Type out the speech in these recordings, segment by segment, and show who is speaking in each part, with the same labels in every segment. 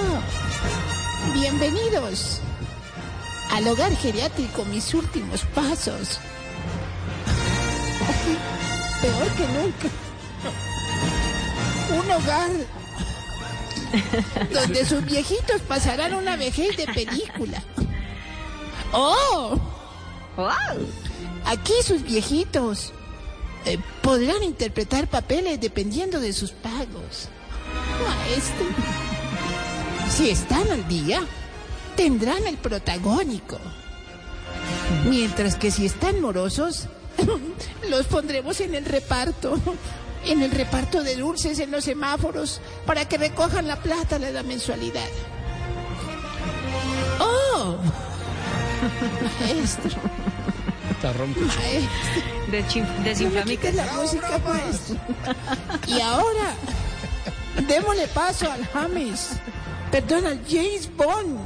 Speaker 1: Oh, bienvenidos al hogar geriátrico, mis últimos pasos. Peor que nunca. Un hogar donde sus viejitos pasarán una vejez de película. ¡Oh! Aquí sus viejitos eh, podrán interpretar papeles dependiendo de sus pagos. Maestro, si están al día, tendrán el protagónico. Mientras que si están morosos, los pondremos en el reparto. En el reparto de dulces en los semáforos para que recojan la plata de la mensualidad. ¡Oh! Maestro, maestro.
Speaker 2: Desinflamica.
Speaker 1: Quita la música, maestro. Y ahora, démosle paso al James, perdón, al James Bond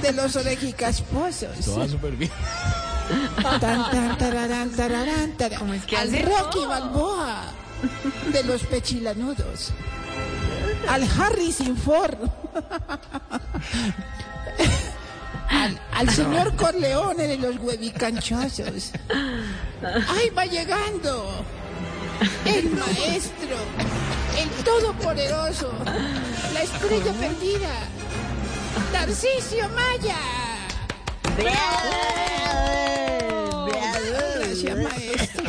Speaker 1: de los orejicasposos. Tan, tan, tararán, tararán, tararán.
Speaker 2: ¿Cómo es que
Speaker 1: al
Speaker 2: hace?
Speaker 1: Rocky
Speaker 2: No.
Speaker 1: Balboa de los pechilanudos. Al Harrison Ford. Al, al señor Corleone de los huevicanchosos. ¡Ay, va llegando! El maestro, el todopoderoso, la estrella perdida, Tarcisio Maya. Gracias, maestro.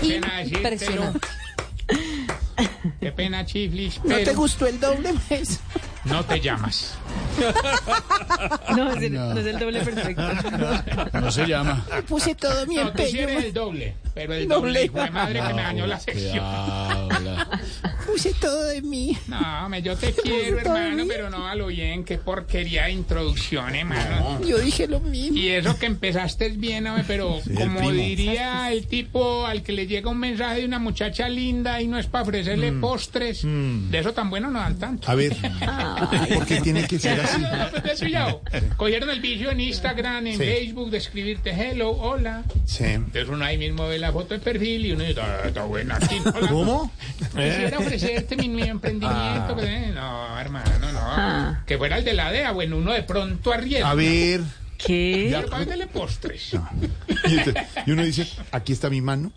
Speaker 3: Qué pena, Chiflis,
Speaker 2: Impresionante.
Speaker 3: pero- Qué pena, Chiflis,
Speaker 1: ¿No te
Speaker 3: pero
Speaker 1: gustó el doble, maestro?
Speaker 3: no te llamas.
Speaker 2: No, es el, no es el doble perfecto.
Speaker 4: No se llama.
Speaker 1: Le puse todo mi
Speaker 3: No, tú sí
Speaker 1: empeño,
Speaker 3: eres el
Speaker 1: ma-
Speaker 3: doble, pero el
Speaker 1: Doble.
Speaker 3: doble, hijo de madre que me dañó la sección.
Speaker 1: puse todo de mí.
Speaker 3: No, me, yo te quiero,
Speaker 1: Está
Speaker 3: hermano,
Speaker 1: bien.
Speaker 3: pero no a lo bien, qué porquería de introducción, hermano.
Speaker 1: Yo dije lo mismo.
Speaker 3: Y eso que empezaste es bien, hombre, pero como diría el tipo al que le llega un mensaje de una muchacha linda y no es para ofrecerle postres, de eso tan bueno no dan tanto.
Speaker 4: A ver, ¿por qué tiene que ser así?
Speaker 3: No, no, pues de eso ya. Cogieron el vicio en Instagram, en
Speaker 4: Sí.
Speaker 3: Facebook de escribirte hello, hola.
Speaker 4: Sí.
Speaker 3: Entonces uno ahí mismo ve la foto de perfil y uno dice, ah, está buena aquí. hola".
Speaker 4: ¿Cómo? ¿Eh?
Speaker 3: Quisiera ofrecerte mi nuevo
Speaker 4: Ah.
Speaker 3: emprendimiento. que tenés". No, hermano, no. Que fuera el de la DEA, bueno, uno de pronto arriesga.
Speaker 4: A ver.
Speaker 2: ¿Qué?
Speaker 3: Pero págale postres.
Speaker 4: Y, usted- y uno dice, aquí está mi mano.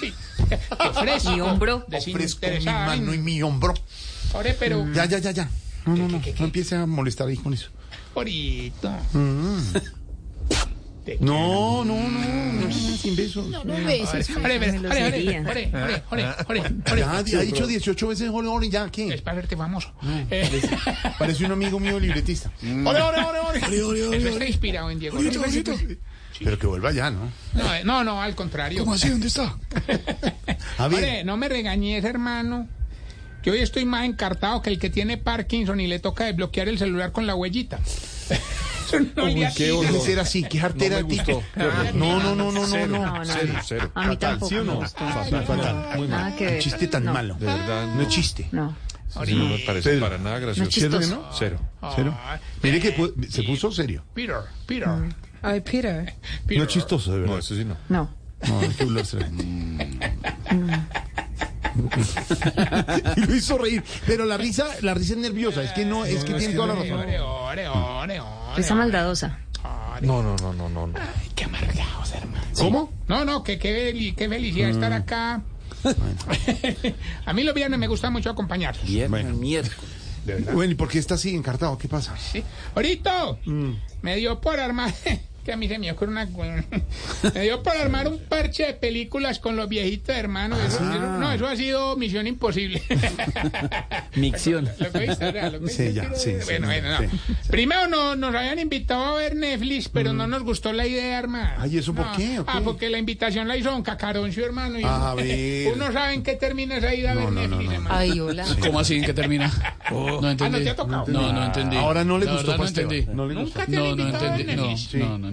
Speaker 3: Sí. Te ofrezco.
Speaker 2: Y
Speaker 4: Ofrezco mi mano
Speaker 2: hombro.
Speaker 4: y
Speaker 3: Desinteresadamente.
Speaker 4: mi hombro.
Speaker 3: Ore, pero.
Speaker 4: Ya, ya, ya, ya. No, no, no. No empiece a molestar ahí con eso.
Speaker 3: Ahorita. Te
Speaker 4: No, no, no. no, no, Sin besos.
Speaker 1: No lo ves.
Speaker 3: quiero. Ore, ore, ore, ore, ore, ore, ore, ore, ore.
Speaker 4: Ah. Ya, ha dicho 18 veces, ole, ole, ya,
Speaker 3: Es
Speaker 4: ¿qué?
Speaker 3: para hacerte famoso. Eh,
Speaker 4: pues, Parece un amigo mío libretista.
Speaker 3: Ore, ore, ore, ore.
Speaker 4: Ole, ole, ole,
Speaker 3: Eso está
Speaker 4: ole.
Speaker 3: inspirado en Diego.
Speaker 4: Orito,
Speaker 3: Rivera.
Speaker 4: orito. Pero que vuelva ya, ¿no?
Speaker 3: No, eh, no, no, al contrario.
Speaker 4: así? ¿Dónde está? A
Speaker 3: Ore,
Speaker 4: ver.
Speaker 3: no me regañes, hermano. Yo hoy estoy más encartado que el que tiene Parkinson y le toca desbloquear el celular con la huellita. Eso no le
Speaker 4: ¿Qué
Speaker 3: hacía.
Speaker 4: debe ser así? ¿Qué jartera no No, no, no, no, no, no.
Speaker 2: No, no, no. A mí
Speaker 4: Fatal,
Speaker 2: tampoco
Speaker 4: ¿sí o
Speaker 2: me
Speaker 4: no?
Speaker 2: gustó.
Speaker 4: Fatal, fatal. Muy
Speaker 2: Nada
Speaker 4: mal.
Speaker 2: que
Speaker 4: Un
Speaker 2: ver.
Speaker 4: chiste tan
Speaker 2: No.
Speaker 4: malo.
Speaker 5: De verdad,
Speaker 4: No es chiste.
Speaker 2: No,
Speaker 5: sí, no me parece
Speaker 4: Pedro.
Speaker 5: para nada gracioso.
Speaker 2: no chistoso.
Speaker 4: no?
Speaker 5: Cero.
Speaker 4: Cero. Mire que pu- se puso serio.
Speaker 3: Peter, Peter,
Speaker 2: Ay, Peter.
Speaker 3: Peter.
Speaker 4: No es chistoso, de
Speaker 5: No,
Speaker 4: verdad.
Speaker 5: eso sí no.
Speaker 2: No.
Speaker 4: No, hay que burlarse. de la gente. Y lo hizo reír. Pero la risa, la risa es nerviosa. Es que no, es que tiene toda la razón.
Speaker 3: Ore, ore, ore, ore,
Speaker 2: Esa
Speaker 3: ore.
Speaker 2: maldadosa.
Speaker 3: Ore.
Speaker 5: No, no, no, no, no. no.
Speaker 3: Ay, qué amargados, hermano.
Speaker 4: ¿Cómo?
Speaker 3: No, no, que qué, fel- qué felicidad
Speaker 4: Mm.
Speaker 3: estar acá. A mí los viernes me gusta mucho acompañarlos.
Speaker 4: Bueno, ¿y por qué está así encartado? ¿Qué pasa? Mm.
Speaker 3: ¿sí? Ahorito, me dio por armar que a mí se me ocurre una... me dio para armar un parche de películas con los viejitos hermanos. Eso,
Speaker 4: Ah.
Speaker 3: eso- no, eso ha sido misión imposible.
Speaker 6: Micción.
Speaker 3: Lo que hice, o sea, lo que
Speaker 4: Sí,
Speaker 3: hice,
Speaker 4: ya,
Speaker 3: quiero-
Speaker 4: sí, sí,
Speaker 3: bueno,
Speaker 4: sí,
Speaker 3: bueno, no.
Speaker 4: sí, Mm.
Speaker 3: Primero no, nos habían invitado a ver Netflix, pero no nos gustó la idea, hermano.
Speaker 4: Ay, ¿eso por
Speaker 3: No.
Speaker 4: qué, o qué? Ah,
Speaker 3: Ah, porque la invitación la hizo don Cacaroncio, hermano. Y
Speaker 4: A ver.
Speaker 3: Uno sabe en qué termina esa ida a ver Netflix, hermano.
Speaker 2: Ay, hola.
Speaker 6: ¿Cómo así? ¿En qué termina?
Speaker 5: Oh.
Speaker 6: No
Speaker 3: Ah, no
Speaker 6: entendí.
Speaker 3: te ha tocado.
Speaker 6: No, no entendí.
Speaker 4: Ahora no le
Speaker 6: La
Speaker 4: gustó
Speaker 6: verdad, no
Speaker 4: Pastel.
Speaker 6: entendí.
Speaker 4: No le gustó.
Speaker 3: Nunca te
Speaker 6: No,
Speaker 3: han
Speaker 6: no
Speaker 3: invitado a ver
Speaker 6: entendí. No,
Speaker 3: Netflix.
Speaker 6: no, no entendí.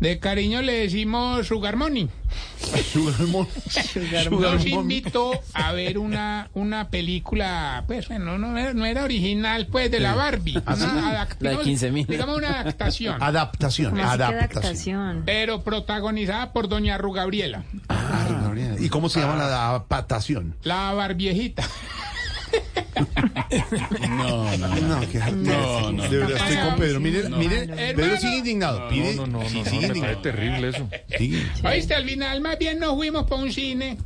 Speaker 3: De cariño le decimos Sugar Money.
Speaker 4: Sugar Mom. Sugar
Speaker 3: Nos
Speaker 4: Mom.
Speaker 3: invitó a ver una, una película, pues bueno, no era, no era original, pues, de la Barbie. Una adapt-
Speaker 6: Ah, La de Ah. 15.000.
Speaker 3: Digamos una adaptación.
Speaker 4: Adaptación.
Speaker 2: Así que
Speaker 4: Adaptación.
Speaker 2: adaptación.
Speaker 3: Pero protagonizada por doña Rugabriela,
Speaker 4: Ah, Gabriela. ¿Y cómo se llama la adaptación?
Speaker 3: la barbiejita.
Speaker 6: No, no.
Speaker 4: No, qué
Speaker 6: No, no,
Speaker 4: De verdad, estoy con Pedro. Mire, mire, Pedro
Speaker 3: Hermano.
Speaker 4: sigue indignado. Pide-
Speaker 5: No, no, no,
Speaker 4: sí,
Speaker 5: no,
Speaker 4: sigue
Speaker 5: no, me parece
Speaker 4: indignado.
Speaker 5: terrible eso.
Speaker 4: Sigue.
Speaker 3: Oíste, al final más bien nos fuimos para un cine.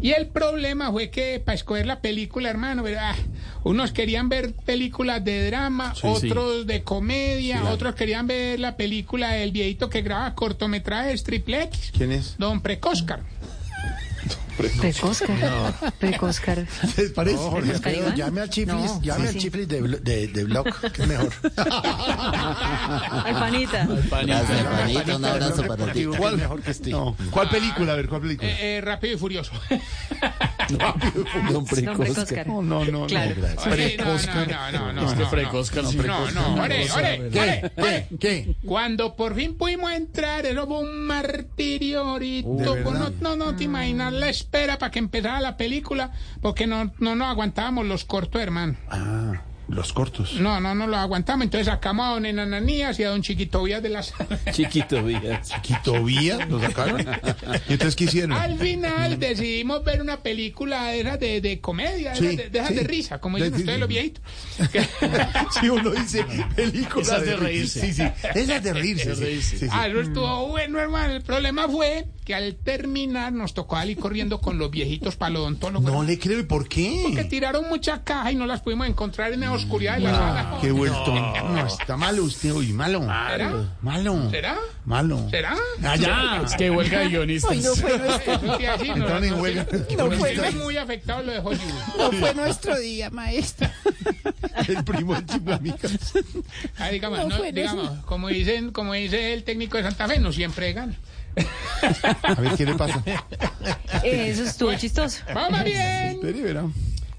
Speaker 3: Y el problema fue que para escoger la película, hermano, pero, ah, unos querían ver películas de drama, otros de comedia, otros querían ver la película del viejito que graba cortometrajes triple X,
Speaker 4: ¿Quién es?
Speaker 3: Don Precóscar.
Speaker 4: Ah.
Speaker 2: Precóscar. Precóscar.
Speaker 4: ¿Les parece?
Speaker 7: Jorge,
Speaker 2: Oscar
Speaker 7: Pedro,
Speaker 2: Iván?
Speaker 7: llame al chiflis,
Speaker 2: No,
Speaker 7: llame
Speaker 2: sí,
Speaker 7: al
Speaker 2: sí.
Speaker 7: chiflis de, blo- de, de blog, que es mejor.
Speaker 2: Al panita.
Speaker 6: Panita.
Speaker 7: Panita,
Speaker 4: un abrazo para ti. ¿Cuál, mejor que este. no. ¿Cuál película? A ver, ¿cuál película?
Speaker 3: Eh, eh, rápido y furioso.
Speaker 2: Don Precóscar.
Speaker 4: No, no, no.
Speaker 2: Claro.
Speaker 3: Oye, no, no, no, no, no,
Speaker 6: Este
Speaker 3: no,
Speaker 6: precóscar,
Speaker 3: no,
Speaker 6: sí.
Speaker 3: no, no, ore, ore, ore, ore.
Speaker 4: ¿Qué? ¿Qué?
Speaker 3: Cuando por fin pudimos entrar, eso fue un martirio ahorita.
Speaker 4: Uh, ¿de
Speaker 3: pues, no,
Speaker 4: verdad?
Speaker 3: no, no te imaginas la espera para que empezara la película, porque no, no nos aguantábamos los cortos, hermano.
Speaker 4: Ah, los cortos.
Speaker 3: No, no, no los aguantamos. Entonces sacamos a don Enananías y a don Chiquito Villas de la sala.
Speaker 6: Chiquito, vida.
Speaker 4: ¿Quitovía? ¿Lo sacaron? ¿Y entonces qué hicieron?
Speaker 3: Al final decidimos ver una película de esas de, de comedia, de
Speaker 4: Sí,
Speaker 3: esas de, de esas
Speaker 4: sí.
Speaker 3: de risa, como dicen
Speaker 4: Sí, sí,
Speaker 3: ustedes
Speaker 4: sí.
Speaker 3: los viejitos.
Speaker 4: Si uno dice película.
Speaker 6: Esas de reírse.
Speaker 4: Sí, sí. Esas de reírse.
Speaker 6: Esas de
Speaker 4: sí,
Speaker 6: reírse.
Speaker 4: sí, sí.
Speaker 3: Ah, eso estuvo bueno, hermano. El problema fue que al terminar nos tocó salir corriendo con los viejitos palodontólogos.
Speaker 4: No le creo. ¿Y por
Speaker 3: Que
Speaker 4: qué?
Speaker 3: tiraron mucha caja y no las pudimos encontrar en la oscuridad de la sala.
Speaker 4: Qué vuelto. No, está malo usted hoy. Malo. Malo.
Speaker 3: ¿Será?
Speaker 4: Malo.
Speaker 3: ¿Será?
Speaker 4: Allá.
Speaker 6: Ah, Es que huelga de guionistas.
Speaker 3: Eso sí, así, no,
Speaker 4: Entraron en
Speaker 3: no sé.
Speaker 4: huelga.
Speaker 3: Nos tiene muy afectado lo de Hollywood.
Speaker 1: No fue nuestro día, maestra.
Speaker 4: El primo de Chiflamicas.
Speaker 3: Ah, digamos,
Speaker 1: No
Speaker 3: no,
Speaker 1: fue
Speaker 3: digamos, como, dicen, como dice el técnico de Santa Fe, no siempre gana.
Speaker 4: A ver qué le pasa.
Speaker 2: Eh, Eso estuvo chistoso.
Speaker 3: Vamos bien,
Speaker 4: Espere, verá.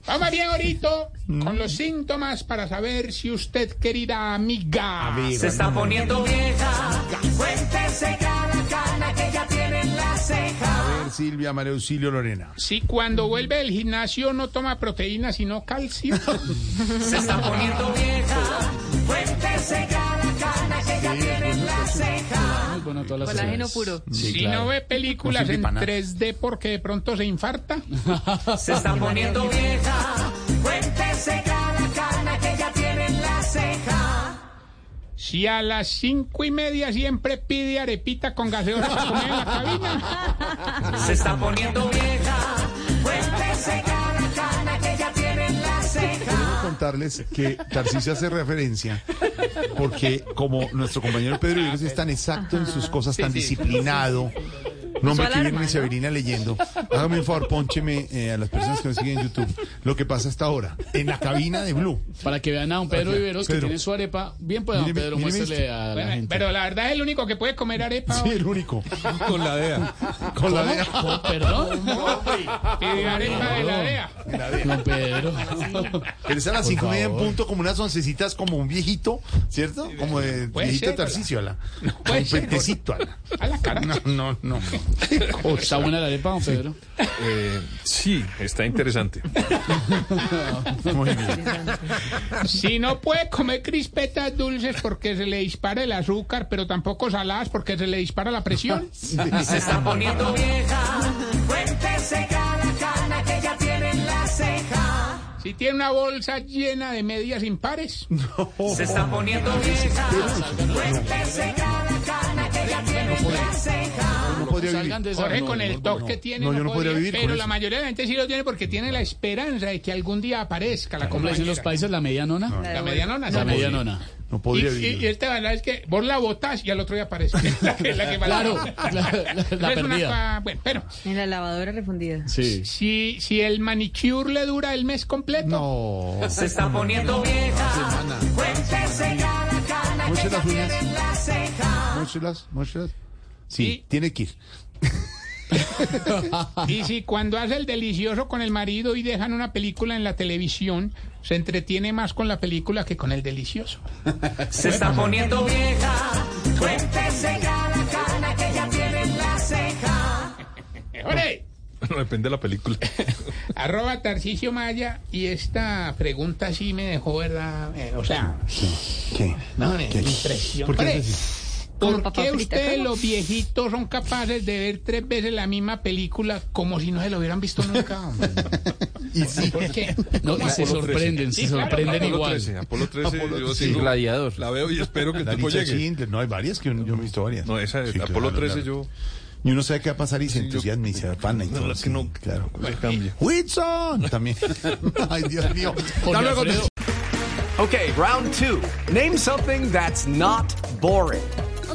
Speaker 3: vamos bien ahorita
Speaker 4: Mm.
Speaker 3: con los síntomas para saber si usted, querida amiga,
Speaker 8: Se está poniendo vieja. Cuéntese cada cana que ya tiene en la ceja.
Speaker 4: A ver, Silvia, María Auxilio, Lorena.
Speaker 3: si cuando vuelve del gimnasio no toma proteína sino calcio.
Speaker 8: Se está poniendo vieja. Cuéntese cada cana que ya tiene en la ceja.
Speaker 6: Muy bueno, todas las
Speaker 2: Colágeno
Speaker 6: sociedades.
Speaker 2: puro.
Speaker 3: Si no ve películas en 3D porque de pronto se infarta.
Speaker 8: Se está poniendo vieja. Cuéntese cada cana que ya tiene en la ceja.
Speaker 3: Si a las cinco y media siempre pide arepita con gaseosa para comer en la cabina.
Speaker 8: Se está poniendo vieja. Cuéntese cada cana que ya tiene en la ceja.
Speaker 4: Quiero contarles que Tarcisio hace referencia porque como nuestro compañero Pedro Viveros es tan exacto en sus cosas, tan disciplinado, No, hombre,
Speaker 2: Su
Speaker 4: que
Speaker 2: alarma,
Speaker 4: viene
Speaker 2: ¿no?
Speaker 4: Severina leyendo. Hágame un favor, póncheme eh, a las personas que me siguen en YouTube lo que pasa hasta ahora en la cabina de Blue.
Speaker 6: Para que vean a don Pedro
Speaker 4: Oye,
Speaker 6: Viveros que
Speaker 4: Pedro.
Speaker 6: tiene su arepa. Bien, pues, don
Speaker 4: Míreme-
Speaker 6: Pedro,
Speaker 4: míreme
Speaker 6: muéstrele
Speaker 4: esto.
Speaker 6: a la
Speaker 4: Bueno,
Speaker 6: gente.
Speaker 3: Pero la verdad es el único que puede comer arepa
Speaker 4: Sí,
Speaker 3: hoy.
Speaker 4: el único.
Speaker 7: Con la DEA.
Speaker 4: Con la
Speaker 3: ¿Cómo?
Speaker 4: DEA.
Speaker 3: ¿Cómo?
Speaker 6: ¿Perdón?
Speaker 3: Pide arepa de la DEA.
Speaker 6: Don Pedro.
Speaker 4: Pero es a las
Speaker 6: Por
Speaker 4: cinco y media en
Speaker 6: favor.
Speaker 4: punto, como unas oncecitas, como un viejito, ¿cierto? Como de
Speaker 3: Puede
Speaker 4: viejito
Speaker 3: ser,
Speaker 4: Tarcicio, ala.
Speaker 3: puede
Speaker 4: Un
Speaker 3: ser,
Speaker 4: pentecito, ala.
Speaker 3: A la cara.
Speaker 4: No, no, no. Qué
Speaker 6: ¿Está
Speaker 4: cosa.
Speaker 6: buena la arepa, don Pedro?
Speaker 5: Eh, sí, está interesante.
Speaker 4: Muy bien.
Speaker 3: Si no puede comer crispetas dulces porque se le dispara el azúcar, pero tampoco saladas porque se le dispara la presión.
Speaker 9: Se está poniendo vieja. Cuéntese cada cana que ya tiene en la ceja.
Speaker 3: Si tiene una bolsa llena de medias impares.
Speaker 9: Se está poniendo vieja. Cuéntese cada cana que ya tiene en la ceja.
Speaker 4: No podría vivir.
Speaker 6: Salgan de esa.
Speaker 3: Jorge,
Speaker 6: no,
Speaker 3: con
Speaker 6: no,
Speaker 3: el
Speaker 6: no,
Speaker 3: toque
Speaker 6: no.
Speaker 3: que tiene,
Speaker 4: No, yo no podría vivir
Speaker 3: pero
Speaker 4: con
Speaker 3: la
Speaker 4: eso.
Speaker 3: mayoría de la gente sí lo tiene porque tiene la esperanza de que algún día aparezca la
Speaker 6: ¿Cómo le dicen
Speaker 3: compañera.
Speaker 6: los países? ¿La medianona?
Speaker 3: La medianona.
Speaker 6: La
Speaker 3: sí.
Speaker 6: medianona.
Speaker 4: No
Speaker 3: Y,
Speaker 4: podría
Speaker 3: y,
Speaker 4: vivir.
Speaker 3: y esta verdad es que vos la votás y al otro día aparece. La que, la que
Speaker 6: Claro, la, la- la
Speaker 3: Es una
Speaker 6: perdida.
Speaker 3: pa- bueno, pero
Speaker 2: En la lavadora refundida.
Speaker 6: Sí.
Speaker 3: si, si el manicure le dura el mes completo,
Speaker 4: No.
Speaker 9: Se está poniendo vieja. Cuéntese cada cana que
Speaker 4: Muéstrele
Speaker 9: ya
Speaker 4: las uñas.
Speaker 9: tiene en la ceja.
Speaker 4: Muéstrelas, muéstrelas. Sí,
Speaker 3: Y-
Speaker 4: tiene que ir.
Speaker 3: Y si cuando hace el delicioso con el marido y dejan una película en la televisión, se entretiene más con la película que con el delicioso.
Speaker 9: Se está poniendo vieja. Cuéntese cada cana que ya tiene en la ceja.
Speaker 3: Mejore.
Speaker 5: Bueno, depende de la película.
Speaker 3: Arroba Tarcicio Maya y esta pregunta sí me dejó, ¿verdad? Eh, o sea,
Speaker 4: ¿Qué?
Speaker 3: no, me-
Speaker 4: ¿Qué?
Speaker 3: me impresionó.
Speaker 4: ¿Por qué
Speaker 3: Ore,
Speaker 4: es así?
Speaker 3: ¿Por
Speaker 2: Como papa
Speaker 3: qué
Speaker 2: frita,
Speaker 3: ustedes
Speaker 2: ¿cómo?
Speaker 3: los viejitos son capaces de ver tres veces la misma película como si no se lo hubieran visto nunca? hombre?
Speaker 4: Y sí.
Speaker 3: ¿Por qué?
Speaker 6: No, y se
Speaker 5: Apolo
Speaker 6: sorprenden,
Speaker 3: Sí,
Speaker 6: se
Speaker 3: claro,
Speaker 6: sorprenden
Speaker 5: Apolo
Speaker 6: igual.
Speaker 5: 13, Apolo 13, yo
Speaker 4: sí,
Speaker 5: sigo-
Speaker 7: Gladiador.
Speaker 5: La veo y espero que el
Speaker 4: La
Speaker 5: tipo
Speaker 4: lista
Speaker 5: llegue.
Speaker 4: Schindler, no hay varias que yo, yo he visto varias.
Speaker 5: No, esa de
Speaker 4: Sí,
Speaker 5: Apolo
Speaker 4: claro,
Speaker 5: 13
Speaker 4: claro.
Speaker 5: yo...
Speaker 4: Y uno sabe qué va a pasar y se
Speaker 5: Sí, yo-
Speaker 4: entusiasma y se afana y
Speaker 5: No,
Speaker 4: todo.
Speaker 5: la que
Speaker 4: sí,
Speaker 5: no-
Speaker 4: claro.
Speaker 5: Cambia.
Speaker 4: Wilson también. Ay, Dios mío. Hasta
Speaker 6: Jorge
Speaker 4: luego.
Speaker 6: Alfredo.
Speaker 8: Okay, round two. Name something that's not boring.
Speaker 10: A